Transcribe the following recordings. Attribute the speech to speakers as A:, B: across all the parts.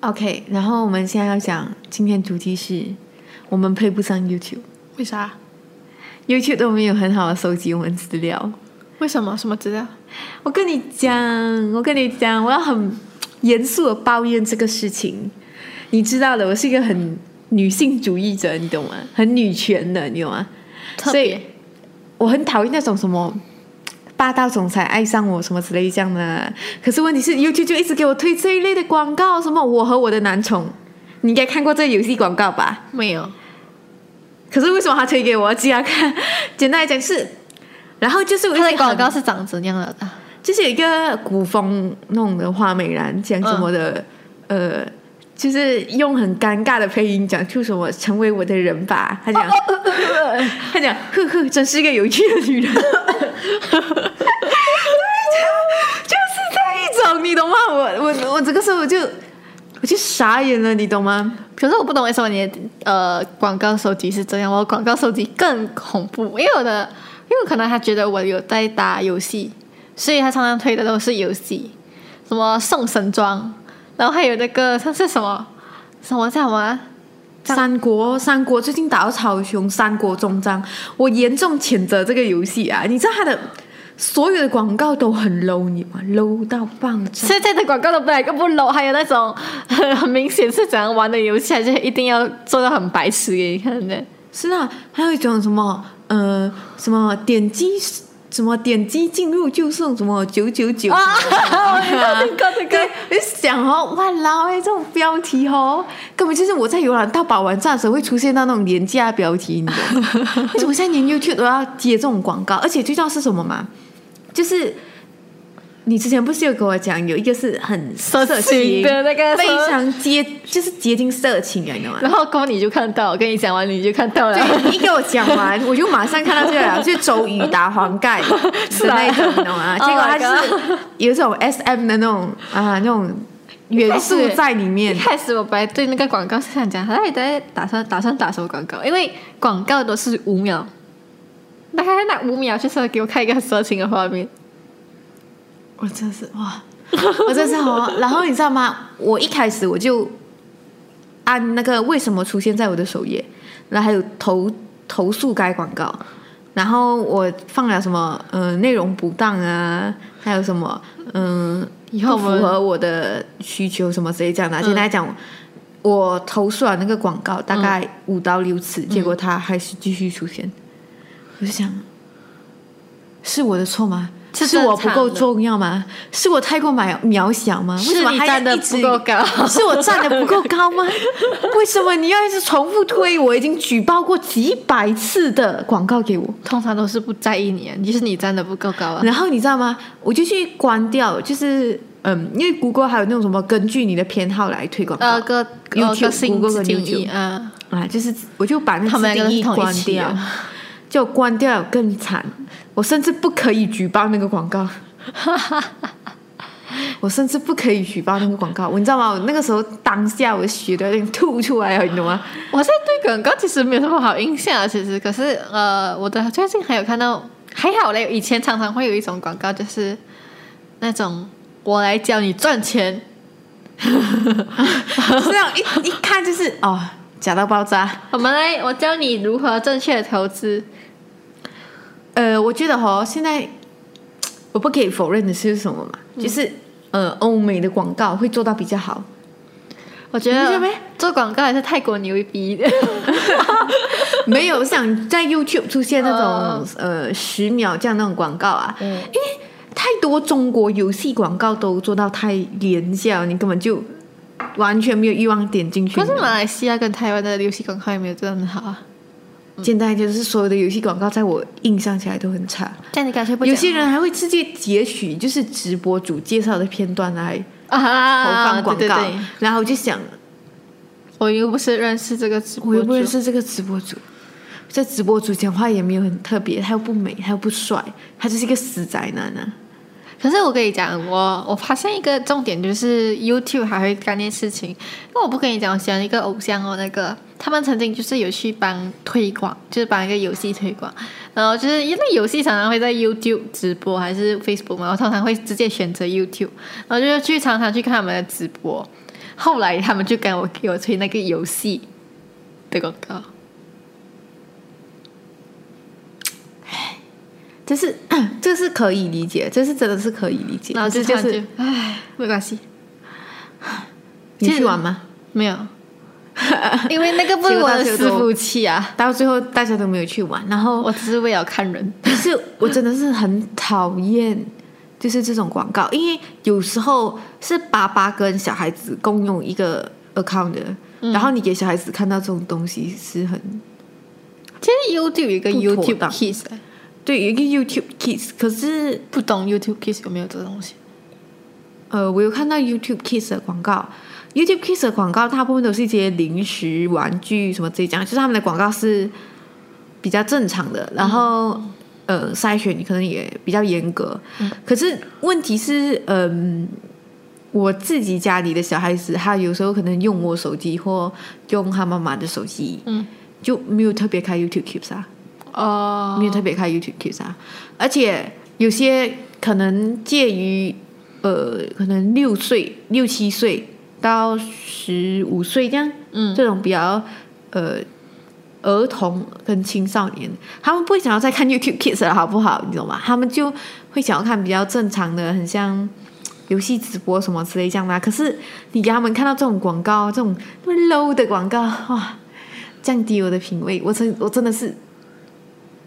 A: OK，然后我们现在要讲今天主题是，我们配不上 YouTube。
B: 为啥？
A: YouTube 都没有很好的收集我们资料。
B: 为什么？什么资料？
A: 我跟你讲，我跟你讲，我要很严肃的抱怨这个事情。你知道的，我是一个很女性主义者，你懂吗？很女权的，你懂吗？
B: 特
A: 所以
B: 别
A: 我很讨厌那种什么霸道总裁爱上我什么之类这样的。啊可是问题是，YouTube 就一直给我推这一类的广告，什么我和我的男宠，你应该看过这个游戏广告吧？
B: 没有。
A: 可是为什么他推给我？既然看，简单来讲是，然后就是我一直
B: 它的广
A: 很
B: 告是长怎样了的？
A: 就是有一个古风弄的花美男讲什么的，
B: 嗯
A: 呃，就是用很尴尬的配音讲出什么“成为我的人吧”，他讲， 他讲，呵呵，真是一个有趣的女 人。就是这一种，你懂吗？我我我这个时候我就我就傻眼了，你懂吗？
B: 可是我不懂为什么你的呃广告收集是这样，我的广告收集更恐怖，因为我的，因为可能他觉得我有在打游戏，所以他常常推的都是游戏，什么送神装，然后还有那个像是什么什么叫什么啊
A: 三国，三国最近打到超凶，三国终章，我严重谴责这个游戏啊！你知道它的所有的广告都很 low，你吗？low 到爆炸。
B: 现在的广告都不来个不 low，还有那种 很很明显是怎样玩的游戏，还是一定要做到很白痴给你看的。
A: 是啊，还有一种什么呃什么点击什么点击进入就送什么九九九
B: 啊，我听过这
A: 对
B: 个，，
A: 我就想哦，哇啦哎，这种标题哦，根本就是我在浏览淘宝网站的时候会出现到那种廉价标题，你懂 吗？为什么现在连 YouTube 都要接这种广告？而且最重要是什么嘛？就是你之前不是有跟我讲，有一个是很色
B: 色情的那个
A: 非
B: 什么
A: 常接，就是接近色情啊，你懂吗？
B: 然后刚刚你就看到，我跟你讲完你就看到了。
A: 对，你一给我讲完，我就马上看到这个了，就是周瑜打黄盖的那一种，你懂吗？结
B: Oh my
A: 果他就是有一种 S M 的那种啊那种元素在里面
B: 一。开始我本来对那个广告是想讲，哎，在打算打算打什么广告？因为广告都是五秒，大概那五秒就是给我看一个很色情的画面。
A: 我真是哇，我真是好。然后你知道吗？我一开始我就按那个为什么出现在我的首页，然后还有投投诉该广告，然后我放了什么呃内容不当啊，还有什么嗯、
B: 以后我
A: 不
B: 们
A: 符合我的需求什么之类这样的啊。
B: 嗯
A: 简单来讲，我投诉了啊那个广告大概五到六次，结果它还是继续出现。我就想，是我的错吗？
B: 是
A: 是我
B: 正
A: 不
B: 常
A: 够
B: 的
A: 重要吗？是我太过渺渺小吗？为
B: 是
A: 什么
B: 你
A: 还
B: 站
A: 要
B: 得
A: 一直
B: 不够高
A: 是我站得不够高 吗？为什么你要一直重复推？我已经举报过几百次的广告给我。
B: 通常都是不在意你，就是你站得不够高啊。
A: 然后你知道吗？我就去关掉，就是嗯，因为 Google 还有那种什么根据你的偏好来推广告，
B: 呃，个呃
A: YouTube，
B: 个性
A: Google
B: 自
A: 跟
B: 定
A: YouTube
B: 义啊，
A: 啊，就是我就把那
B: 他们
A: 个定
B: 两个是
A: 义
B: 同一
A: 关
B: 期啊
A: 掉
B: 的，
A: 就关掉更惨，我甚至不可以举报那个广告， 我甚至不可以举报那个广告，我你知道吗？我那个时候当下我血都有点吐出来了，你懂吗？
B: 我现在对广告其实没有什么好印象啊，其实可是呃，我的最近还有看到还好嘞，以前常常会有一种广告，就是那种我来教你赚钱，
A: 这样一一看就是哦，假到爆炸。
B: 我们来我教你如何正确地投资，
A: 呃，我觉得哈，现在我不可以否认的是什么嘛，
B: 嗯
A: 就是呃，欧美的广告会做到比较好，
B: 我觉
A: 你不觉
B: 得
A: 得咩
B: 做广告还是泰国牛逼的，
A: 没有像在 YouTube 出现那 种
B: 哦
A: 呃十秒这样那种广告啊，
B: 嗯
A: 因为太多中国游戏广告都做到太廉价，你根本就完全没有欲望点进去。
B: 可是马来西亚跟台湾的游戏广告也没有这样的好啊，
A: 现在就是所有的游戏广告，在我印象起来都很差。
B: 这样你干脆不
A: 有些人还会直接截取就是直播主介绍的片段来投
B: 啊
A: 放广告，
B: 对对对，
A: 然后我就想，
B: 我又不是认识这个直播
A: 我
B: 主，
A: 又不认识这个直播主，这直播主讲话也没有很特别，他又不美，他又不帅，他就是一个死宅男啊！
B: 可是我跟你讲，我我发现一个重点就是 YouTube 还会干一件事情。那我不跟你讲，我喜欢一个偶像哦，那个他们曾经就是有去帮推广，就是帮一个游戏推广，然后就是因为游戏常常会在 YouTube 直播还是 Facebook 嘛，我通常会直接选择 YouTube，然后就是去常常去看他们的直播。后来他们就跟我给我推那个游戏的广告，
A: 这是 这是可以理解，这是真的是可以理解。
B: 然后
A: 这
B: 就
A: 就
B: 突然
A: 是
B: 唉，没关系，
A: 你
B: 其实
A: 去玩吗？
B: 没有， 因为那个不是我的伺服器啊，
A: 到最后大家都没有去玩，然后
B: 我只是为了看人。
A: 可是我真的是很讨厌，就是这种广告，因为有时候是爸爸跟小孩子共用一个 account 的，然后你给小孩子看到这种东西是很
B: 其实 YouTube 有一个
A: 不妥
B: YouTube
A: 当
B: Kids，哎
A: 对，有一个 YouTube Kids，可是
B: 不懂 YouTube Kids 有没有这个东西？
A: 呃，我有看到 YouTube Kids 的广告。YouTube Kids 的广告大部分都是一些零食、玩具什么这一讲，就是他们的广告是比较正常的，然后、呃筛选可能也比较严格。可是问题是，嗯、我自己家里的小孩子，他有时候可能用我手机或用他妈妈的手机，
B: 嗯，
A: 就没有特别开 YouTube Kids 啊。
B: 哦
A: 没有特别开 YouTube Kids 啊，而且有些可能介于呃，可能六岁、六七岁到十五岁这样，
B: 嗯
A: 这种比较呃儿童跟青少年，他们不会想要再看 YouTube Kids 了，好不好？你懂吗？他们就会想要看比较正常的，很像。游戏直播什么之类这样啦、可是你给他们看到这种广告，这种那么 low 的广告，哇，降低我的品味，我真我真的是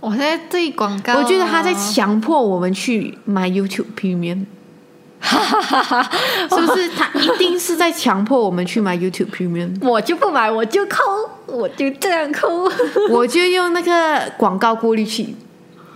B: 我现在对广告，
A: 我觉得他在强迫我们去买 YouTube Premium，是不是？他一定是在强迫我们去买 YouTube Premium。
B: 我就不买，我就抠，我就这样抠。
A: 我就用那个广告过滤器，哦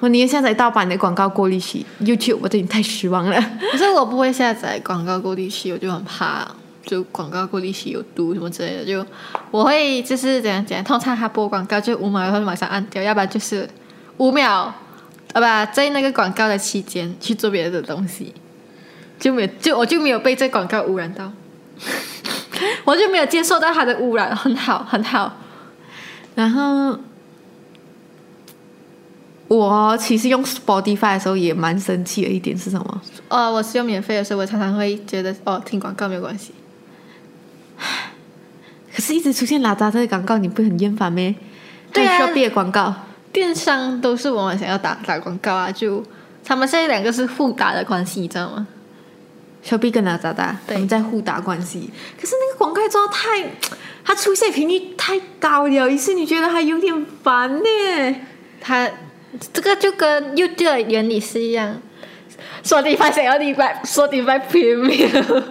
A: 我宁愿下载盗版的广告过滤器。YouTube 我对你太失望了。
B: 可是我不会下载广告过滤器，我就很怕，就广告过滤器有毒什么之类的。就我会就是怎样讲，通常他播广告就五秒然后马上按掉，要不然就是五秒，好吧，在那个广告的期间去做别的东西，就没有就我就没有被这广告污 染到，我就没有接受到它的污染，很好很好。
A: 然后我其实用 Spotify 的时候也蛮生气的一点是什么？
B: 哦，我是用免费的，所以我常常会觉得哦，听广告没有关系。
A: 可是一直出现拉扎特的广告，你不很厌烦咩？
B: 对啊
A: 还有 Shopee 的广告。
B: 电商都是我们想要打打广告啊，就他们现在两个是互打的关系，你知道吗？
A: 小 B 跟哪吒达，
B: 对
A: 他们在互打关系。可是那个广告做到太，它出现频率太高了，于是你觉得还有点烦呢。
B: 他这个就跟 YouTube 的原理是一样，说你发想要你买，说你买 Premium，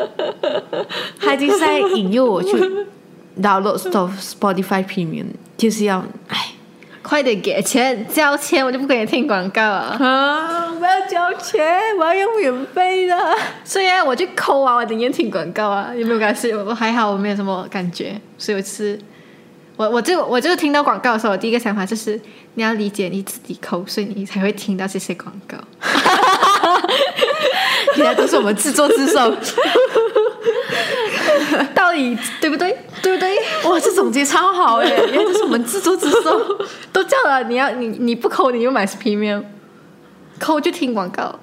A: 他已经在引诱我去 download Sp- Spotify Premium，就是要哎
B: 快点给钱交钱，我就不给你听广告啊！
A: 啊，我要交钱，我要用免费的。
B: 所以啊，我就抠啊，我宁愿听广告啊，有没有关系？我我还好，我没有什么感觉，所以我是我我就我就听到广告的时候，我第一个想法就是你要理解你自己抠，所以你才会听到这些广 告。
A: 原来都是我们自作自受。
B: 道理对不对？对不对？
A: 哇，这总结超好 哎，原来都是我们自作自受。
B: 都叫了，你要你你不抠，你就买 premium，抠就听广告，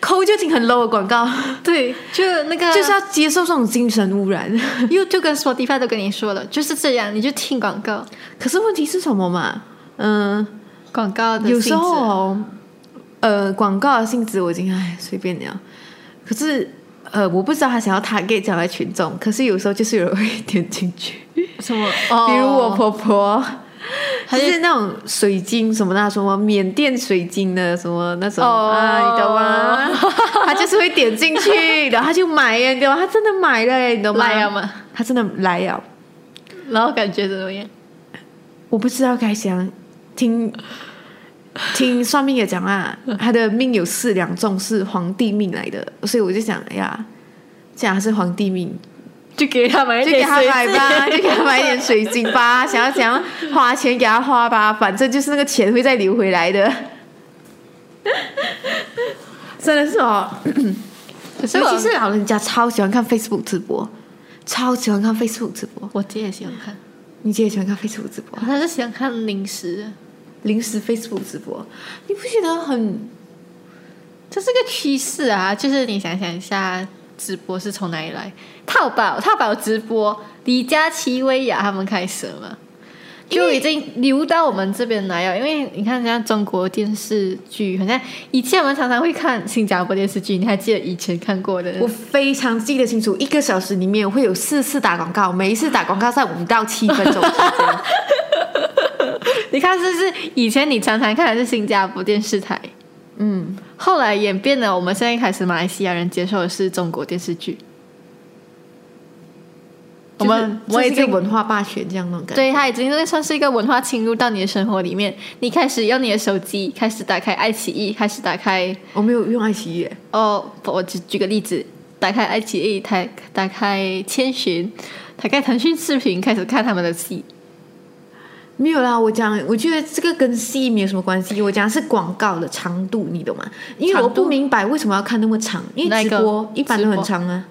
A: 抠就挺很 low 的广 告，
B: 对，就那个
A: 就是要接受这种精神污染。
B: 又就跟 Spotify 都跟你说了，就是这样，你就听广告，
A: 可是问题是什么嘛？嗯。
B: 广告的
A: 有
B: 性
A: 时
B: 质啊
A: 候哦，呃，广告的性质我已经唉随便聊，可是呃，我不知道他想要 target 将来群众，可是有时候就是有人会点进去，
B: 什么，哦、
A: 比如我婆婆。就
B: 就是
A: 那种水晶什么那什么缅甸水晶的什么那种、
B: 哦
A: 啊，你懂 吗？他就是会点进去，然后他就买耶，你懂吗？他真的买了耶，你懂吗？
B: 来了嘛，
A: 他真的来啊了，
B: 然后感觉怎么样？
A: 我不知道该想听听算命也讲啊， 他的命有四两重是皇帝命来的，所以我就想，哎呀，既然他是皇帝命，
B: 就给他买一
A: 就给
B: 点
A: 他
B: 水
A: 买吧， 就给他买一点水晶 吧，想要怎样花钱给他花吧，反正就是那个钱会再流回来的。真的是哦，
B: 可是
A: 尤
B: 我
A: 其是老人家超喜欢看 Facebook 直播，超喜欢看 Facebook 直播。
B: 我姐也喜欢看，
A: 你姐也喜欢看 Facebook 直播啊？
B: 她是喜欢看零食，
A: 临时 Facebook 直播，你不觉得很
B: 这是个趋势啊，就是你想想一下，直播是从哪里来？淘宝，淘宝直播，李佳琦、薇娅他们开始了嘛，就已经流到我们这边来了。因为你看，像中国电视剧，好像以前我们常常会看新加坡电视剧，你还记得以前看过的？
A: 我非常记得清楚，一个小时里面会有四次打广告，每一次打广告在五到七分 钟之间。
B: 你看，是不是以前你常常看的是新加坡电视台，
A: 嗯，
B: 后来演变了，我们现在开始马来西亚人接受的是中国电视剧。我们
A: 就是
B: 我已
A: 就是一
B: 经
A: 个文化霸权这样那种感觉。
B: 对，它已经算是一个文化侵入到你的生活里面。你开始用你的手机，开始打开爱奇艺，开始打开
A: 我没有用爱奇艺耶，
B: 哦，不我举举个例子，打开爱奇艺，打打开千寻，打开腾讯视频，开始看他们的戏。
A: 没有啦。我讲，我觉得这个跟戏没有什么关系。我讲的是广告的长度，你懂吗？因为我
B: 长度
A: 不明白为什么要看那么长，因
B: 那
A: 为
B: 一
A: 直
B: 个
A: 播一般都
B: 直
A: 很
B: 播
A: 长啊。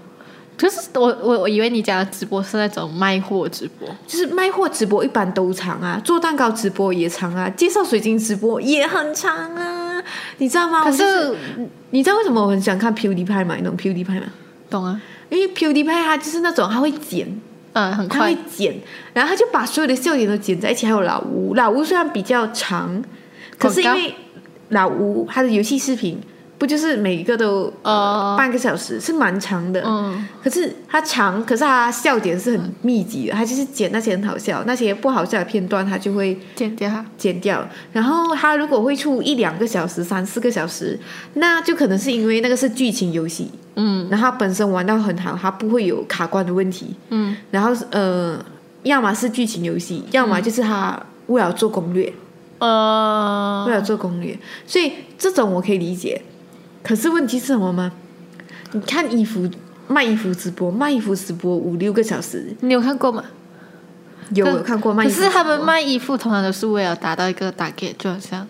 B: 可是我我我以为你讲的直播是那种卖货直播，
A: 就是卖货直播一般都长啊，做蛋糕直播也长啊，介绍水晶直播也很长啊，你知道吗？
B: 可
A: 我就是你知道为什么我很想看 PewDiePie 吗？你懂 PewDiePie 吗？
B: 懂啊，
A: 因为 PewDiePie 他就是那种他会剪，
B: 嗯，很
A: 他
B: 快
A: 会，剪，然后他就把所有的笑点都剪在一起。还有老吴，老吴虽然比较长，可是因为老吴他的游戏视频不就是每一个都
B: 呃，
A: 半个小时，是蛮长的。
B: 嗯，
A: 可是它长，可是它笑点是很密集的，它就是剪那些很好笑、那些不好笑的片段，它就会
B: 剪掉它，
A: 剪掉。然后它如果会出一两个小时、三四个小时，那就可能是因为那个是剧情游戏，
B: 嗯
A: 然后它本身玩到很好，它不会有卡关的问题。
B: 嗯，
A: 然后呃，要么是剧情游戏，要么就是它为了做攻略，为了
B: 呃，
A: 做攻略，所以这种我可以理解。可是问题是什么吗？你看衣服卖衣服直播，卖衣服直播五六个小时，
B: 你有看过吗？
A: 有
B: 可
A: 我有看过卖衣
B: 可
A: 服直
B: 是
A: 播。
B: 他们卖衣服通常都是为了达到一个 target，就好像，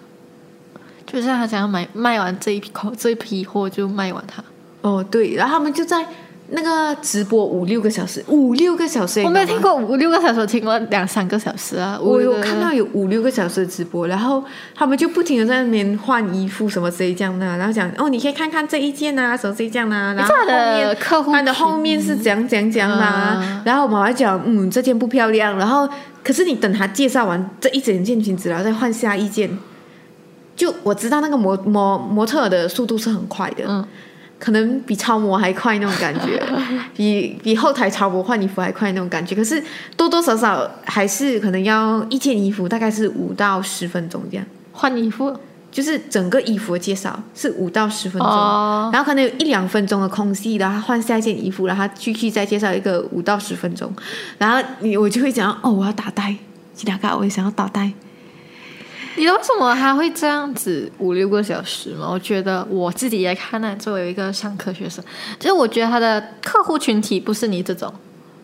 B: 就像他想要买卖完这一批口这一批货就卖完它。
A: 哦对，然后他们就在那个直播五六个小时，五六个小时，
B: 我没有
A: 你
B: 听
A: 知道吗。
B: 过五六个小时，我听过两三个小时啊。五
A: 我
B: 六
A: 有
B: 个
A: 看到有五六个小时的直播，然后他们就不停的在那边换衣服什么之类这样的，然后讲哦，你可以看看这一件啊，什么这一件啊，然后
B: 这
A: 后
B: 样的
A: 面
B: 客户
A: 它的后面是怎样怎样怎样啦、
B: 嗯
A: 然后我们还讲，嗯，这件不漂亮。然后，可是你等他介绍完这一整件裙子，然后再换下一件，就我知道那个模模模特儿的速度是很快的，
B: 嗯
A: 可能比超模还快那种感 觉，比比后台超模换衣服还快那种感觉。可是多多少少还是可能要一件衣服大概是五到十分钟这样，
B: 换衣服
A: 就是整个衣服的介绍是五到十分钟。
B: 哦，
A: 然后可能有一两分钟的空隙，然后他换下一件衣服，然后他继续再介绍一个五到十分钟，然后你我就会讲哦，我要打呆，其他个我也想要打呆，
B: 你知道为什么他会这样子五六个小时吗？我觉得我自己也看啊，作为一个上课学生，就是我觉得他的客户群体不是你这种，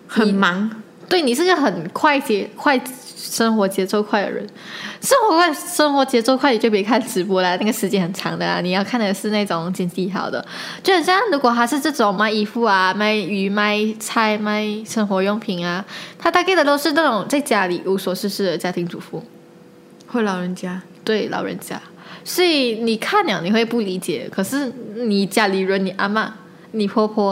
A: 很忙，
B: 对你是个很快节快生活节奏快的人，生活快生活节奏快，你就别看直播啦，那个时间很长的啊。你要看的是那种经济好的，就很像如果他是这种卖衣服啊、卖鱼、卖菜、卖生活用品啊，他大概的都是那种在家里无所事事的家庭主妇，
A: 会老人家。
B: 对老人家。所以你看了你会不理解，可是你家里人、你阿嬷、你婆婆，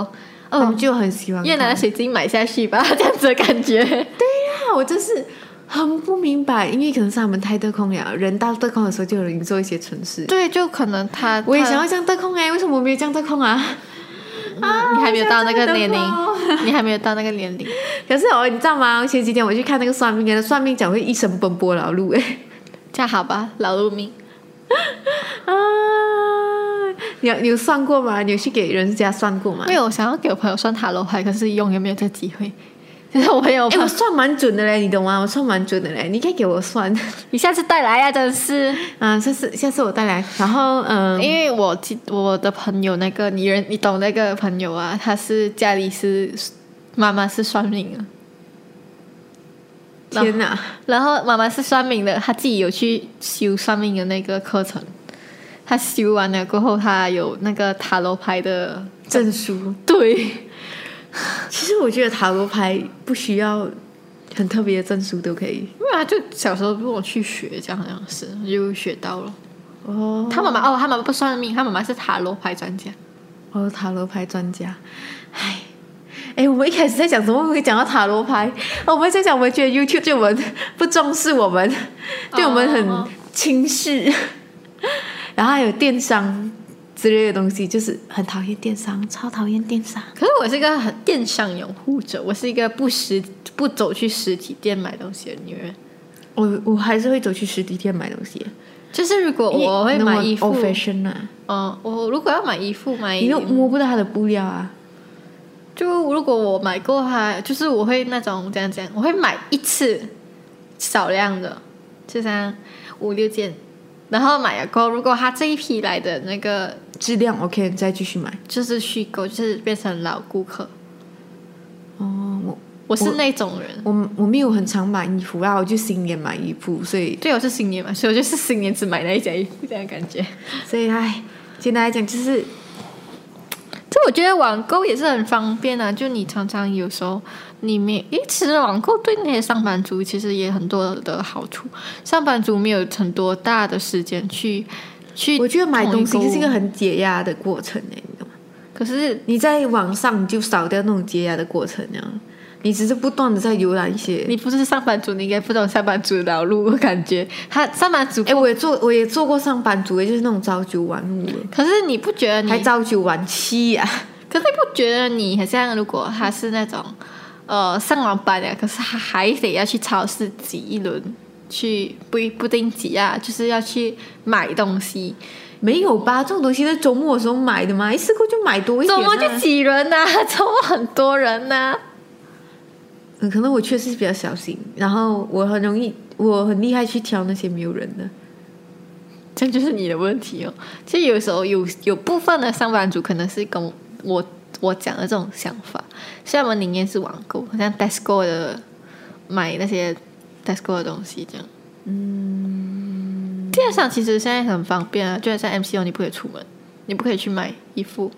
A: 我
B: 哦
A: 们，就很喜欢
B: 越南的水晶买下去吧， 这样子的感觉。
A: 啊，我真是很不明白，因为可能是他们太得空了，人到得空的时候就有人做一些蠢事。
B: 对，就可能他
A: 我也
B: 他
A: 想要这样得空哎、为什么我没有这样得空啊？
B: 嗯你还没有到那个年
A: 我想真
B: 龄，你还没有到那个年龄。
A: 可是哦，你知道吗？前几天我去看那个算命的，算命讲会一生奔波劳碌哎、
B: 这样好吧，劳碌命。
A: 啊，你有你有算过吗？你有去给人家算过吗？
B: 因为我想要给我朋友算塔罗牌，可是永远没有这机会。 就是我朋友
A: 哎、，我算蛮准的嘞，你懂吗？我算蛮准的嘞，你可以给我算
B: 你下次带来呀、真是。
A: 啊，下次下次我带来。然后嗯，
B: 因为我记我的朋友那个，你人你懂那个朋友啊，他是家里是妈妈是算命啊，
A: 天哪，
B: 然后妈妈是算命的，她自己有去修算命的那个课程。她修完了过后，她有那个塔罗牌的
A: 证书。
B: 对。
A: 其实我觉得塔罗牌不需要很特别的证书都可以。
B: 因为他啊就小时候跟我去学，这样好像是就学到了。
A: 哦，
B: 他妈妈哦，他妈妈不算命，他妈妈是塔罗牌专家。
A: 我是塔罗牌专家，唉，哎，我们一开始在讲什么？会讲到塔罗牌，哦我们在讲，我们觉得 YouTube 对我们不重视我们，对我们很轻视，然后还有电商之类的东西，就是很讨厌电商，超讨厌电商。
B: 可是我是一个很电商拥护者，我是一个不实不走去实体店买东西的女人。
A: 我我还是会走去实体店买东西，
B: 就是如果我会买衣服
A: old，fashion 啊，
B: 嗯，我如果要买衣服买，
A: 你又摸不到它的布料啊。
B: 就如果我买过它，就是我会那种这样这样，我会买一次少量的，就这样五六件，然后买了过后，如果它这一批来的那个
A: 质量 OK，你再继续买。
B: 就是续购，就是变成老顾客，
A: 哦，我
B: 我是那种人。
A: 我我没有很常买衣服啊，我就新年买衣服，所以
B: 对，我是新年嘛，所以我就是新年只买那一件衣服，这样感觉。
A: 所以唉，简单来讲就是
B: 这我觉得网购也是很方便啊，就你常常有时候你没，因为其实网购对那些上班族其实也很多的好处。上班族没有很多大的时间去去，
A: 我觉得买东西是一个，很解压的过程哎、你懂吗？
B: 可是
A: 你在网上你就少掉那种解压的过程啊，你只是不断的在浏览一些。
B: 你不是上班族，你应该不懂上班族的劳碌，我感觉他上班族，
A: 哎、我也做我也做过上班族，也就是那种朝九晚五的，
B: 可是你不觉得你，
A: 还朝九晚七啊。
B: 可是你不觉得你很像，如果他是那种呃上完班了，可是他还得要去超市挤一轮，去不不定挤啊，就是要去买东西。
A: 没有吧？这种东西在周末的时候买的嘛，一次过就买多一点、
B: 周
A: 啊。
B: 末就挤人 呐、周末很多人啊呐、
A: 嗯，可能我确实比较小心，然后我很容易，我很厉害去挑那些没有人的。
B: 这就是你的问题哦。其实有时候有有部分的上班族可能是跟我我讲的这种想法，所以他们宁愿是网购，好像 Tesco 的买那些 Tesco 的东西这样。嗯，电商其实现在很方便啊，就像 MCO 你不可以出门，你不可以去买衣服，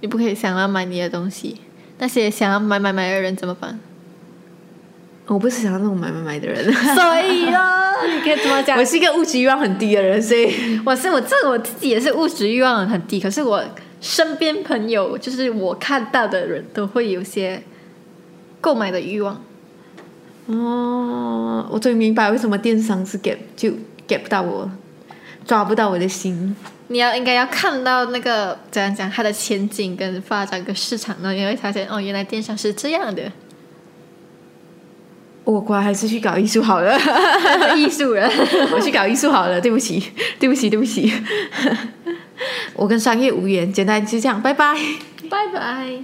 B: 你不可以想要买你的东西，那些想要买买买的人怎么办？
A: 我不是想要那种买买买的 人，
B: 所以呢，你可以怎么讲
A: 我？是一个物质欲望很低的人，所以
B: 我是我这我自己也是物质欲望很低，可是我身边朋友就是我看到的人都会有些购买的欲望。
A: 哦，我终于明白为什么电商是 get 就 get 不到我，抓不到我的心。
B: 你要应该要看到那个怎样讲它的前景跟发展跟市场，然后你会发现哦，原来电商是这样的，
A: 我果然还是去搞艺术好了，
B: 他是艺术人。
A: 我去搞艺术好了，对不起，对不起，对不起， 我跟商业无缘，简单就这样，拜拜。
B: 拜拜。